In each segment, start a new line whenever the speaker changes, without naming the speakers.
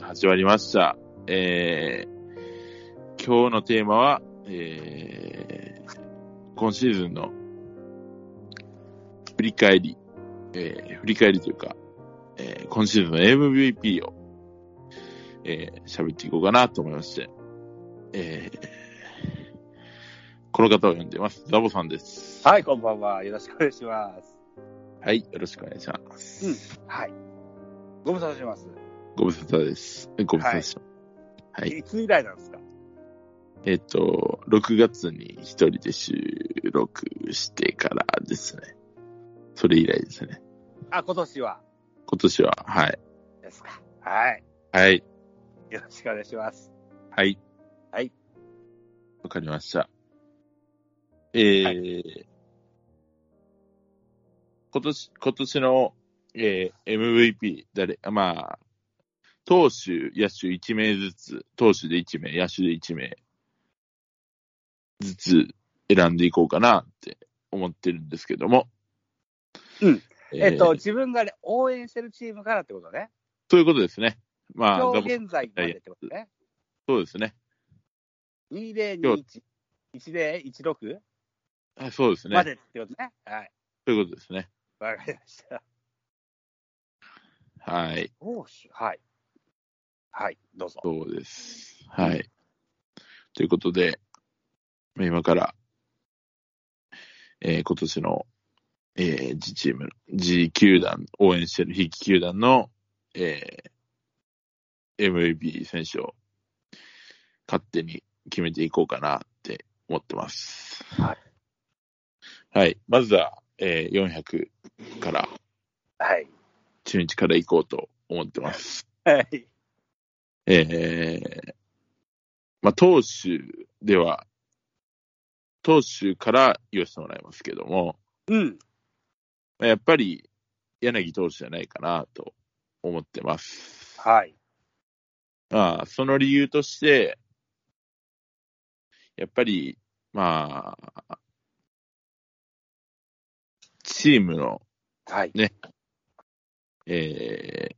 始まりました。えー、今日のテーマは、えー、今シーズンの振り返り、えー、振り返りというか、えー、今シーズンの MVP を、えー、喋っていこうかなと思いまして、えー、この方を呼んでます。ザボさんです。
はい、こんばんは。よろしくお願いします。
はい、よろしくお願いします。
うんはい。ご無沙汰してます。
ご無沙汰です。えご無沙汰しはい
いつ以来なんですか
えっと、6月に一人で収録してからですね。それ以来ですね。
あ、今年は。
今年は、はい。
ですか。はい。
はい。
よろしくお願いします。
はい。
はい。
わかりました。えー
は
今年、今年の、えー MVP、誰、あまあ、投手、野手1名ずつ、投手で1名、野手で1名ずつ選んでいこうかなって思ってるんですけども。
うん。
えー
えっと、自分がね、応援してるチームからってことね。
ということですね。まあ、
今
ザボ
日現在までってことね。
そうですね。
2021、1016
あそうですね
ま。でってことね。はい。
ということですね。
わかりました。
はい。
投手はい。はい、どうぞ。
そうです。はい。ということで、今から、えー今年の、えー、G チーム、G 球団、応援してる筆記球団の、えー MVP 選手を勝手に決めていこうかなって思ってます。。
はい
はい。まずは、えー400から、
はい。
中日から行こうと思ってます。
はい。
えー、まあ、投手では、投手から言わせてもらいますけども、
うん。
まあやっぱり柳投手じゃないかなと思ってます。
はい。
まあ、その理由として、やっぱり、まあ、チームの
はい。
え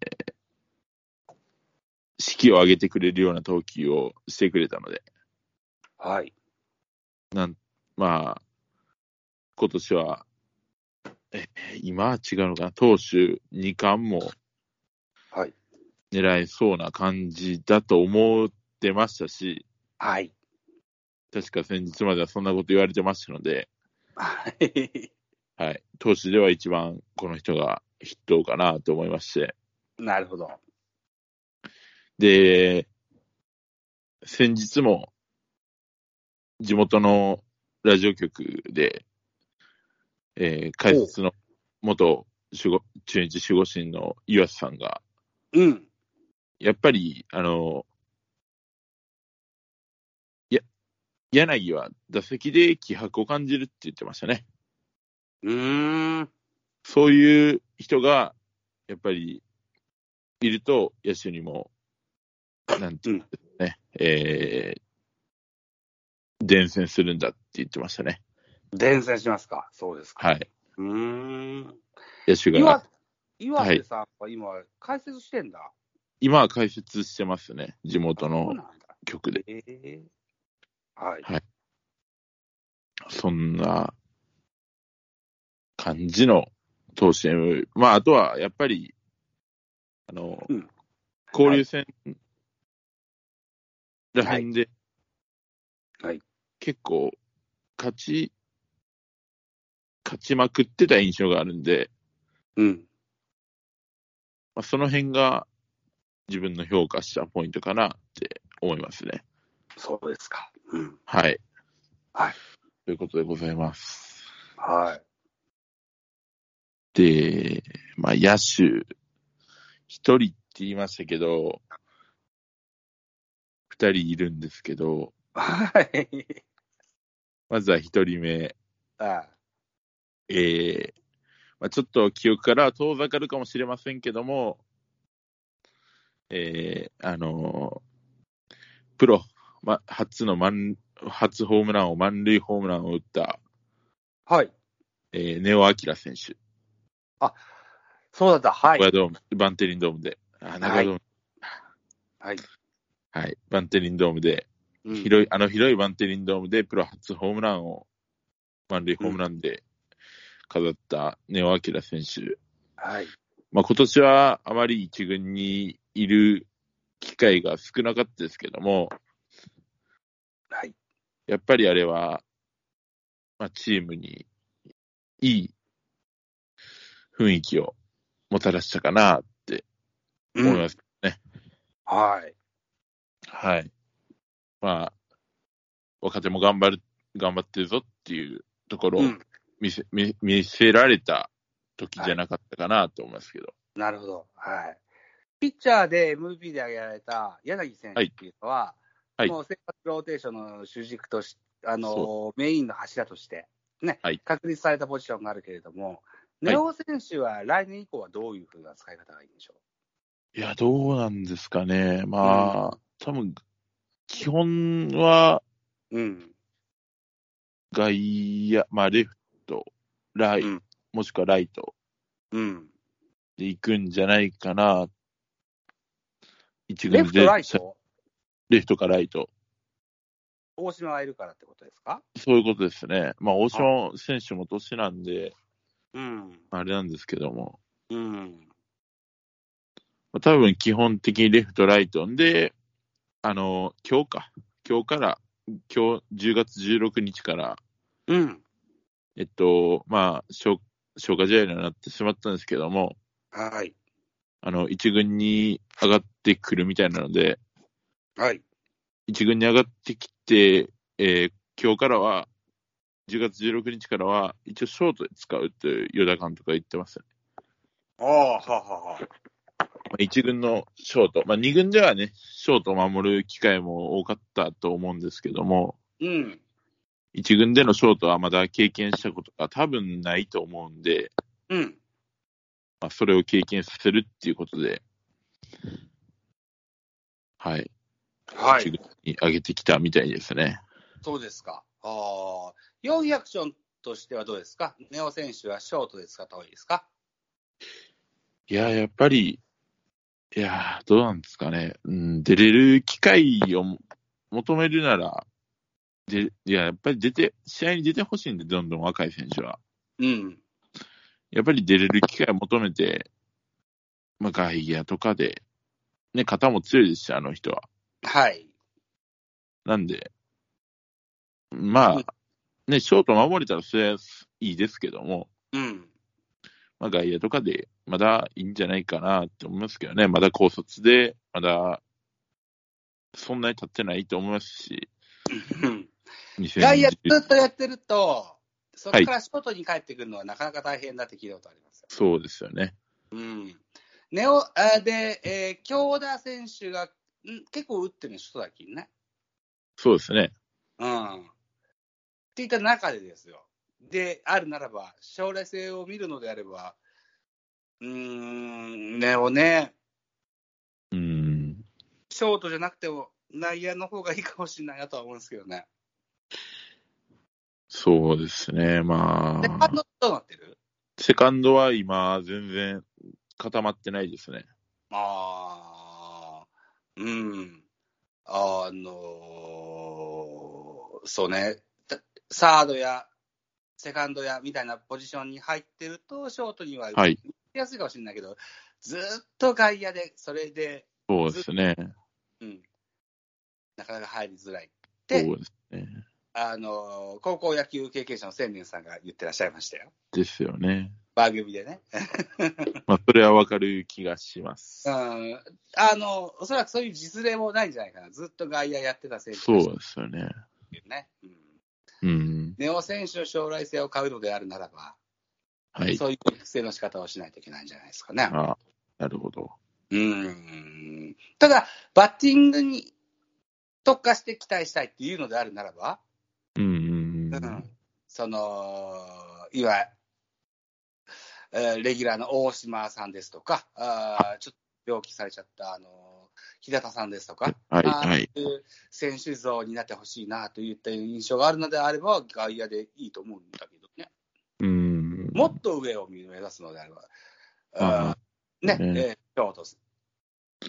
ー、士気を上げてくれるような投球をしてくれたので、
はい。
まあ、今年は、え今は違うのかな、投手2冠も
はい。
狙えそうな感じだと思ってましたし、
はい。
確か先日まではそんなこと言われてましたので、
はい。
はい、投手では一番この人が筆頭かなと思いまして、
なるほど。
で、先日も地元のラジオ局で、えー解説の元守護中日守護神の岩瀬さんが、
うん。
やっぱり、あの、や、柳は打席で気迫を感じるって言ってましたね。
うーん。
そういう人が、やっぱり、いると、野手にも、なんていうんですかね、えー、伝染するんだって言ってましたね。
伝染しますか。そうですか。
はい。
うーん。
野手
岩
が、
岩瀬さんは今、解説してんだ。
今は解説してますね、地元
そ
の
うなんだ。
局で。
ええはい。
そんな感じの投手 M、まあ、あとはやっぱり、あの、
うん
交流戦らへんで、
はい
結構、勝ち、勝ちまくってた印象があるんで、
うん。
まあ、その辺が自分の評価したポイントかなって思いますね。
そうですか。うん。
はい。
はい。
ということでございます。
はい。
で、まあ、野手、一人って言いましたけど、二人いるんですけど、
はい。
まずは一人目、
あ
えーまあ、ちょっと記憶からは遠ざかるかもしれませんけども、えーあのープロ、ま、初の満、初ホームランを満塁ホームランを打った、
はい。
えー、ネオ・アキラ選手、
そうだった。はい。
バドーム、バンテリンドームで、あ、中ドーム、
はい。
はい。バンテリンドームで、
うん
広い、あの広いバンテリンドームでプロ初ホームランを、満塁ホームランで飾ったネオ・アキラ選手。
はい。
まあ今年はあまり一軍にいる機会が少なかったですけども、
はい。。
やっぱりあれは、まあ、チームにいい雰囲気をもたらしたかなって思いますす。
はい。
はい。まあ、若手も頑張る、頑張ってるぞっていうところを
うん。
見せ,見、見せられた時じゃなかったかなと思いますけど。
なるほど。はい。ピッチャーで MVP で挙げられた柳選手っていうのは、
はい
もう先発ローテーションの主軸とし、あの
そ
メインの柱として、ね
はい
確立されたポジションがあるけれども、
い
ネオ選手は来年以降はどういうふうな使い方がいいんでしょ
いや、どうなんですかね。まあ、多分、基本は
う。うん。
外野、まあ、レフト、ライ、
うん
もしくはライト
うん。
で行くんじゃないかな。一
レ
軍
フ
で
ト、ライト、
レフトかライト。
大島がいるからってことですか
そういうことですね。まあ、大島選手も年なんで、
うん。
あれなんですけども、
うん。
まあ多分基本的にレフト、ライトで、あの、今日か。今日から、今日10月16日から、
うん。
えっと、まあ、消消化試合にはなってしまったんですけども、
はい。
あの、一軍に上がってくるみたいなので、
はい。
一軍に上がってきて、えー今日からは、10月16日からは、一応ショートで使うという与田監督が言ってます、ね。
ああ、はあはあはあ。
まあ、一軍のショート、まあ、二軍ではね、ショートを守る機会も多かったと思うんですけども、
うん。
一軍でのショートはまだ経験したことが多分ないと思うんで、
うん。
まあ、それを経験させるっていうことで、はい、
は
一
い。
軍に上げてきたみたいですね。
そうですか。ああ、400勝としてはどうですかネオ選手はショートで使った方がいいですか
いや、やっぱり、いや、どうなんですかね。うん、出れる機会を求めるなら、でいや、やっぱり出て、試合に出てほしいんで、どんどん若い選手は。
うん。
やっぱり出れる機会を求めて、まあ、外野とかで、ね、肩も強いですし、あの人は。
はい。
なんで、ま
うん
あ、ね、ショート守れたらそれはいいですけども、
うん。
まあ、外野とかで、まだいいんじゃないかなって思いますけどね、まだ高卒で、まだ、そんなに経ってないと思いますし、2010
外野ずっとやってると、そこからショートに帰ってくるのはなかなか大変だって聞いたことありますよ。
そうですよね。
うん。ネオ、あで、えー、京田選手が、ん結構打ってるの、ショートだけにね。
そうですね。
うん。っていった中でですよ。で、あるならば、将来性を見るのであれば、うーん、ネオね、
うん。
ショートじゃなくても内野の方がいいかもしれないなとは思うんですけどね。
そうですね。ま
で、
あ、
反応どうなってる
セカンドは今、全然固まってないですね。
ああ、うん。あのーそうね、たサードやセカンドやみたいなポジションに入ってると、ショートには打
は
ち
い。
やすいかもしれないけど、ずっと外野で、それで、
そうですね。
うん、なかなか入りづらいっ
そ
て、
うですね。
あのー高校野球経験者の千年さんが言ってらっしゃいましたよ。
ですよね。
番組でね。
まあ、それはわかる気がします
う。んあの、おそらくそういう実例もないんじゃないかな。ずっと外野やってた選手
そう
っ
ですよね。
ていうね。うん
うん。
ネオ選手の将来性を買うのであるならば、
はい。
そういう育成の仕方をしないといけないんじゃないですかね。
あなるほど。
うん。ただ、バッティングに特化して期待したいっていうのであるならば、
うんうんう。
うんんその、いわゆる、えーレギュラーの大島さんですとか、あーちょっと病気されちゃった、あのー日高さんですとか、
はい、
あー
はい。
そういう選手像になってほしいなといった印象があるのであれば、外野でいいと思うんだけどね、
うん。
もっと上を目指すのであれば、あー
あ
ね、
ね
えーショート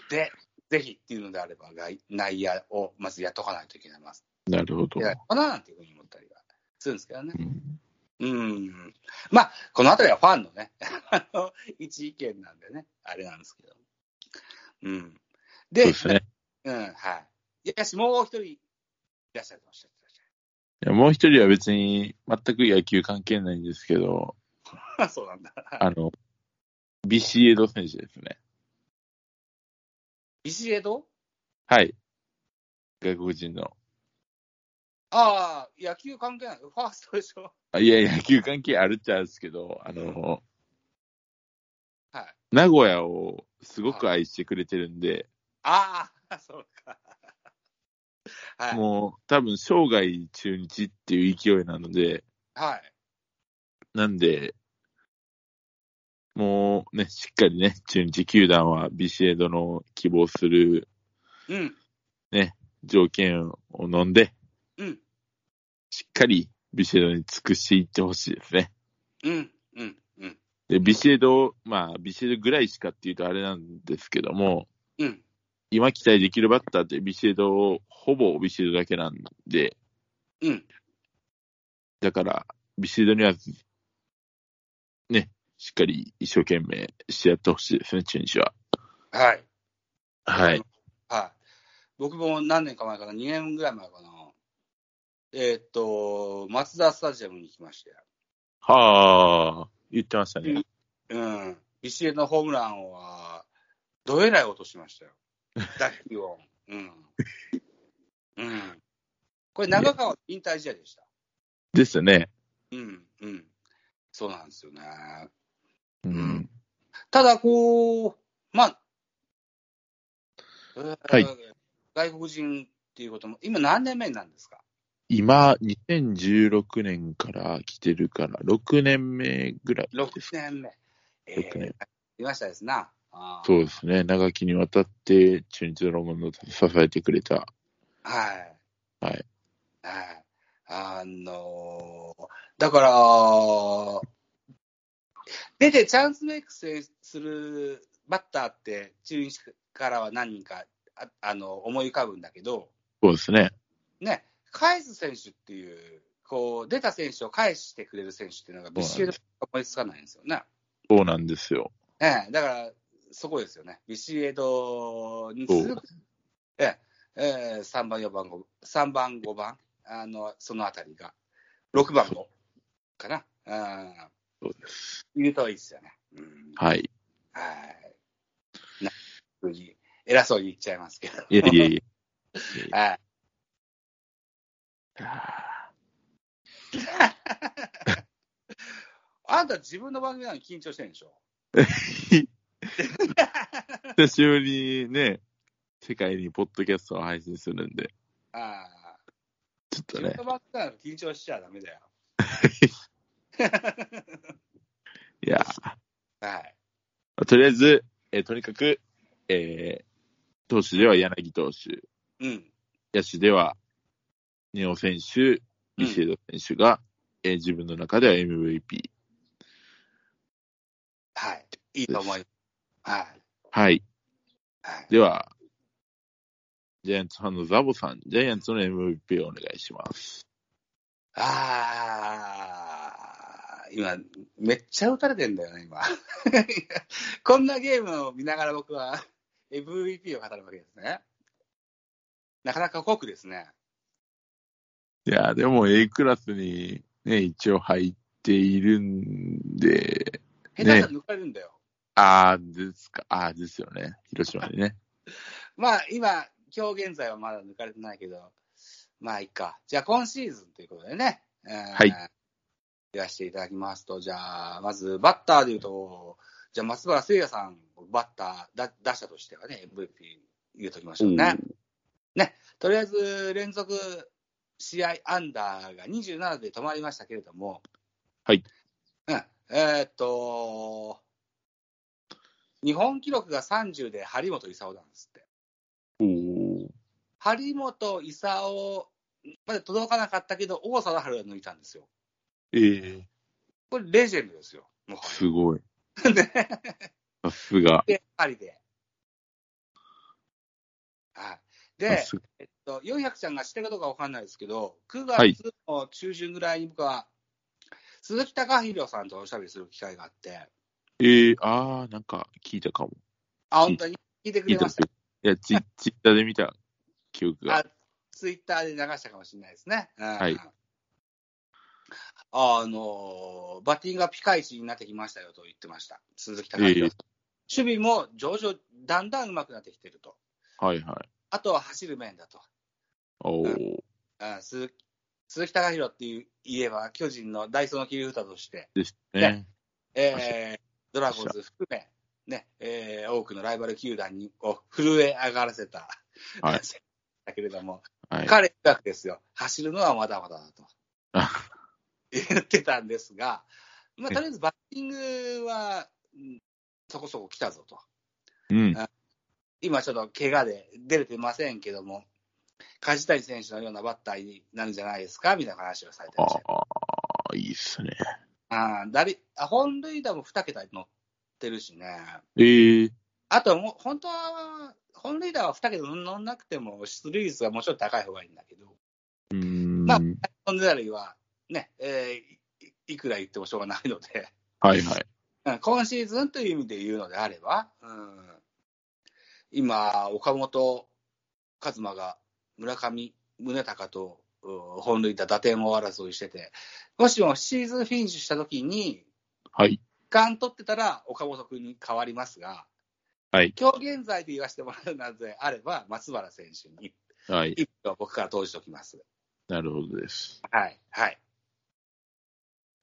でぜひっていうのであれば、外内野をまずやっとかないといけないます。
なるほど。
やっとかななんていうふうに思ったりはするんですけどね。
うん
うん。まあ、このあたりはファンのね、 あの、一意見なんでね、あれなんですけど。うん。で、
そうですね。
うん、はい。いやし、もう一人いらっしゃるとおっしゃってらっし
いやもう一人は別に全く野球関係ないんですけど、
ゃる。 そうなんだ。
あの、ビシエド選手ですね。
ビシエド
はい。外国人の。
ああ、野球関係ない。ファーストでしょ。
あいや、野球関係あるっちゃあるんですけど、あの、
はい。
名古屋をすごく愛してくれてるんで、
ああ、そう か。はい。
もう多分生涯中日っていう勢いなので、
はい。
なんで、もうね、しっかりね、中日球団はビシエドの希望する
うん、
条件を飲んで、
うん、
しっかりビシエドに尽くしていってほしいですね。
うん、うん、うん、
で、ビシエド、まあ、ビシエドぐらいしかっていうとあれなんですけども、
うん。
今期待できるバッターってビシエドを、ほぼビシエドだけなんで、
うん。
だから、ビシエドには、ね、しっかり一生懸命してやってほしいですね、中日は。
はい。
はい。
はい。僕も何年か前かな、2年ぐらい前かな。えーっと、マツダスタジアムに行きましたよ。
はあ、言ってましたね。
うん。ビシエドのホームランは、どえらい音しま したよ。打球音。うん。うん。これ、長川の引退試合でした。
ですね。
うん、うん。そうなんですよね。
うん。
ただ、こう、まあ、えー
はい
外国人っていうことも、今何年目なんですか
今、2016年から来てるから、6年目ぐらい
6
ですか。
年目。え
六年
いましたですな。あー
そうですね。長きにわたって、中日ドラゴンズを支えてくれた。
はい。
はい。
はい。あのーだから、出てチャンスメイクするバッターって、中日からは何人か、ああの、思い浮かぶんだけど、
そうですね。
ね、返す選手っていう、こう、出た選手を返してくれる選手っていうのが、ビシエドしか思いつかないんですよね。
そうなんですよ。
ええ、だから、そこですよね。ビシエドに続く、ええええ、3番、4番、5番、3番、5番、あの、そのあたりが、6番も、かな。あ
そうです。
いるといいですよね。うん、
はい。
はい。な、無事、偉そうに言っちゃいますけど。
いやいやいや。
はい。あんた自分の番組なのに緊張してるんでしょ
久しぶりにね、世界にポッドキャストを配信するんで、
ああ。
ちょっと
自
ね
分の、番組なのに緊張しちゃダメ だよ。
いや、
はい。
とりあえず、えーとにかく、えー投手では柳投手、
うん。
野手では根尾選手、ビシエド選手が、えー自分の中では MVP。
はい。いいと思います。はい。
はい。
はい。
では、ジャイアンツファンのザボさん、ジャイアンツの MVP をお願いします。
ああ、今、めっちゃ打たれてんだよね、今。 こんなゲームを見ながら僕は MVP を語るわけですね。なかなか酷ですね。
いや、でも A クラスにね、一応入っているんで、
下手したら抜かれるんだよ。
あーですか、あーですよね。広島でね。。
まあ、今、今日現在はまだ抜かれてないけど、まあ、いいか。じゃあ、今シーズンということでね。はい言わせていただきますと、じゃあ、まず、バッターで言うと、じゃあ、松原聖也さん、バッターだ、打者としてはね、MVP 言うときましょうね。とりあえず、連続試合アンダーが27で止まりましたけれども、
はい。
うん。えーっと、日本記録が30で張本勲なんですって。
おー
張本勲まで届かなかったけど、王貞治を抜いたんですよ。
えー、
これ、レジェンドですよ、 もは
すごい。
や。ね
さすが。
で、パリで。
あ
で、
す
えっと、400ちゃんがしてるかどうかわかんないですけど、9
はい
月の中旬ぐらいに僕は、鈴木隆弘さんとおしゃべりする機会があって、
えー、ああ、なんか聞いたかも。
あ、本当に聞いてく
聞い
れ
た
ま
っ。
して
いや、ツイツイッターで見た記憶
た。
が
あ。、ツイッターで流したかもしれないですね。は
はい。
あの、バッティングがピカイチになってきましたよと言ってました。鈴木
え
隆
ー
弘、守備も上々、だんだん上手くなってきてると。
はいはい。
あとは走る面だと。
おお、
あ鈴木鈴木貴弘っていう言えば、巨人のダイソーの切り札として、
ですね。
えードラゴンズ含め、ねえー多くのライバル球団にを震え上がらせた、
はい
だけれども、
はい。
彼曰くですよ、走るのはまだまだだと
あ
言ってたんですが、まあ、
え
とりあえずバッティングはうんそこそこ来たぞと、
うん。
今ちょっと怪我で出れてませんけども、梶谷選手のようなバッターになるんじゃないですかみたいな話をされて
あ
ました。
あ、いいっすね。
ああ、だり、あ、本塁打も2桁に乗ってるしね。
えー、
あともう、本当は、本塁打は2桁乗んなくても、出塁率はもちろん高い方がいいんだけど、
うーん。
まあ本塁打類はね、えーいいくら言ってもしょうがないので、
はいはい。
うん今シーズンという意味で言うのであれば、うん、今、岡本和真が村上宗隆とうん本塁打打点を争いしてて、もしもシーズンフィニッシュした時に、
はい。
間取ってたら岡本君に変わりますが、
はい
今日現在で言わせてもらうなのであれば、松原選手に
はい。
一票僕から投じておきます。
なるほどです。
はい。はい。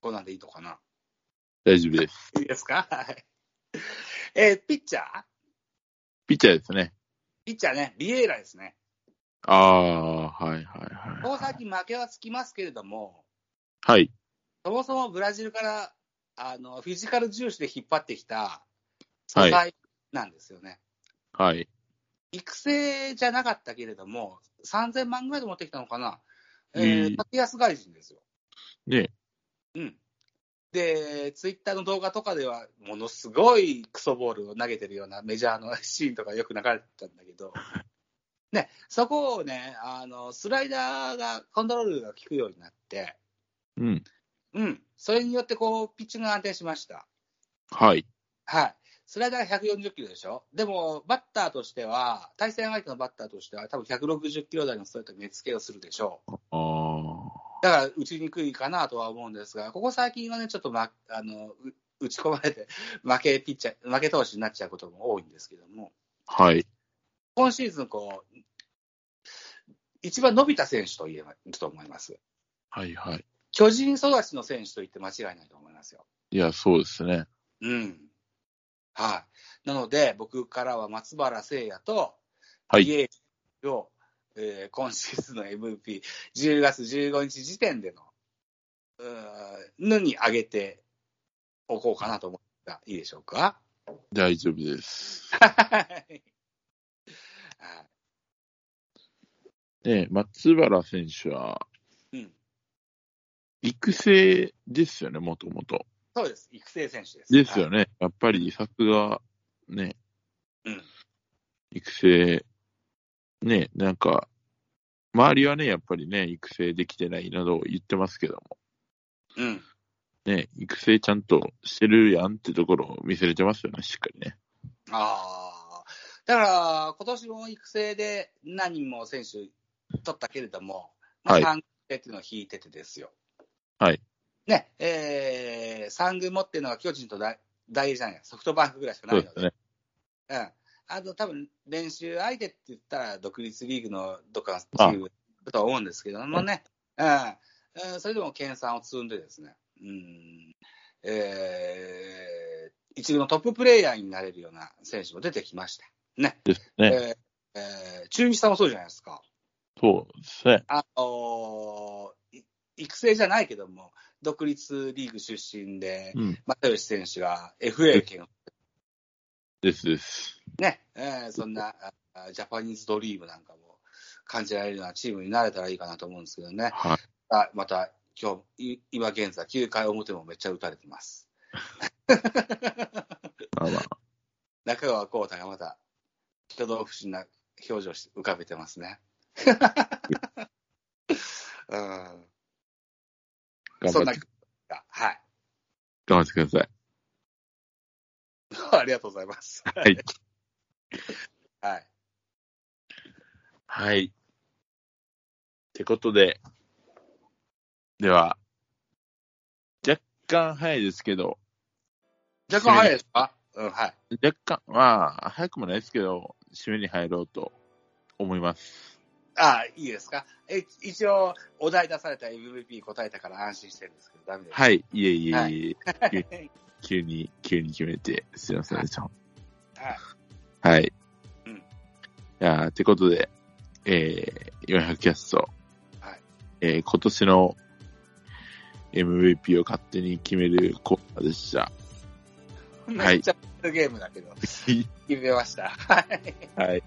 こんなんでいいのかな
大丈夫です。
いいですかはい。えーピッチャー
ピッチャーですね。
ピッチャーね、ビエイラですね。
ああ、はいはいはい。
この先負けはつきますけれども、
はい。
そもそもブラジルからあのフィジカル重視で引っ張ってきた素
はい
材なんですよね。
はい。
育成じゃなかったけれども、3000万ぐらいで持ってきたのかな、え
う
ー、
ん
格安外人ですよ。
ね
うん。で、ツイッターの動画とかでは、ものすごいクソボールを投げてるようなメジャーのシーンとかよく流れてたんだけど、ね、そこをね、あの、スライダーが、コントロールが効くようになって、
うん。
うん。それによって、こう、ピッチングが安定しました。
はい。
はい。スライダーが140キロでしょでも、バッターとしては、対戦相手のバッターとしては、多分160キロ台のストレートに目付けをするでしょう。
あ
だから、打ちにくいかなとは思うんですが、ここ最近はね、ちょっと、ま、あの、う打ち込まれて、 負けピッチャー、負け投手になっちゃうことも多いんですけども、
あ、はい。
今シーズン、こう、一番伸びた選手と言えると思います。
はいはい。
巨人育ちの選手と言って間違いないと思いますよ。
いや、そうですね。
うん。はい。なので、僕からは松原聖也と、
はい
イエーイを、えー今シーズンの MVP、10月15日時点での、うーんのに上げておこうかなと思った。いいでしょうか
大丈夫です。
はい。
ね松原選手は、
うん。
育成ですよね、もともと。
そうです。育成選手です。
です
は
よね。やっぱり、さすが、ね、
いうん。
育成、ね、なんか、周りはね、やっぱりね、育成できてないなどを言ってますけども、
うん。
ね、育成ちゃんとしてるやんってところを見せれてますよね、しっかりね。
ああ。だから、今年も育成で何人も選手取ったけれども、ま
は
あ、
い
3軍っていうのを引いててですよ。
はい。
ね、えー、3軍持ってるのは巨人と大大英じゃない、ソフトバンクぐらいしかな
そ
いうの
で
で。
すね。
うん。あと、多分練習相手って言ったら、独立リーグのどっか
あ
チームだとは思うんですけどもね、うん、うん、それでも研鑽を積んでですね、うん、えー、一部のトッププレイヤーになれるような選手も出てきました。ね。
ですね。
えーえー中日さんもそうじゃないですか。
そうですね。
あのーい育成じゃないけども、独立リーグ出身で、
うん。
又吉選手が FA 権を
ですです。
ね、えーそんなあジャパニーズドリームなんかも感じられるようなチームになれたらいいかなと思うんですけどね、
はい。
あまた今日い今現在、9回表もめっちゃ打たれてます。
まあまあ
中川幸太がまた、挙動不審な表情し浮かべてますね。うん
頑
そ
張っ
んな
て、、
はい。
頑張ってください。
ありがとうございます。
はい。
はい。
はい。ってことで、では、若干早いですけど、
若干早いですかうん、はい。
若干、まあ、早くもないですけど、締めに入ろうと思います。
あいいですかえ、一応、お題出された MVP 答えたから安心してるんですけど、ダメです。。
はいい。いえいえいえ、
はい。
急に、急に決めて、すいませんでした。
はい
はい。
うん
いやーってことで、えー、400キャスト。
はい
えー今年の MVP を勝手に決めるコーナーでした。
めっちゃパズルゲームだけど、決めました。はい。
はい。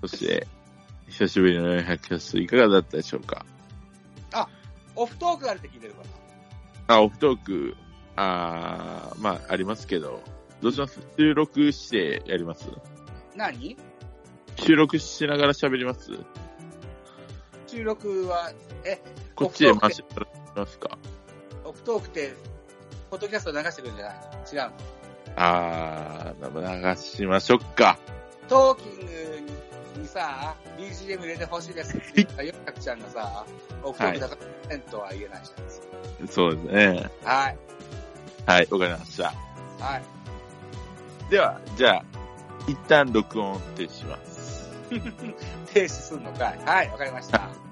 そして、久しぶりの400キャストいかがだったでしょうか
オフトークあるって聞いてるか
あ、オフトーク、あーまあ、ありますけど、どうします収録してやります
ら。何
収録しながら喋ります
収録は、え、
こっちへ回してもらえますか
オフトークって、ポッドキャスト流してくるんじゃないの違うの
あー、流しましょうか。
トーキングにさ、BGM 入れてほしいですって言ったヨタクちゃんがさ、オフトークだから、せんとは言えないじゃないですか。
そうですね。
はい。
はい、わかりました。
はい。
では、じゃあ、一旦録音停止します。
停止すんのかい。はい、わかりました。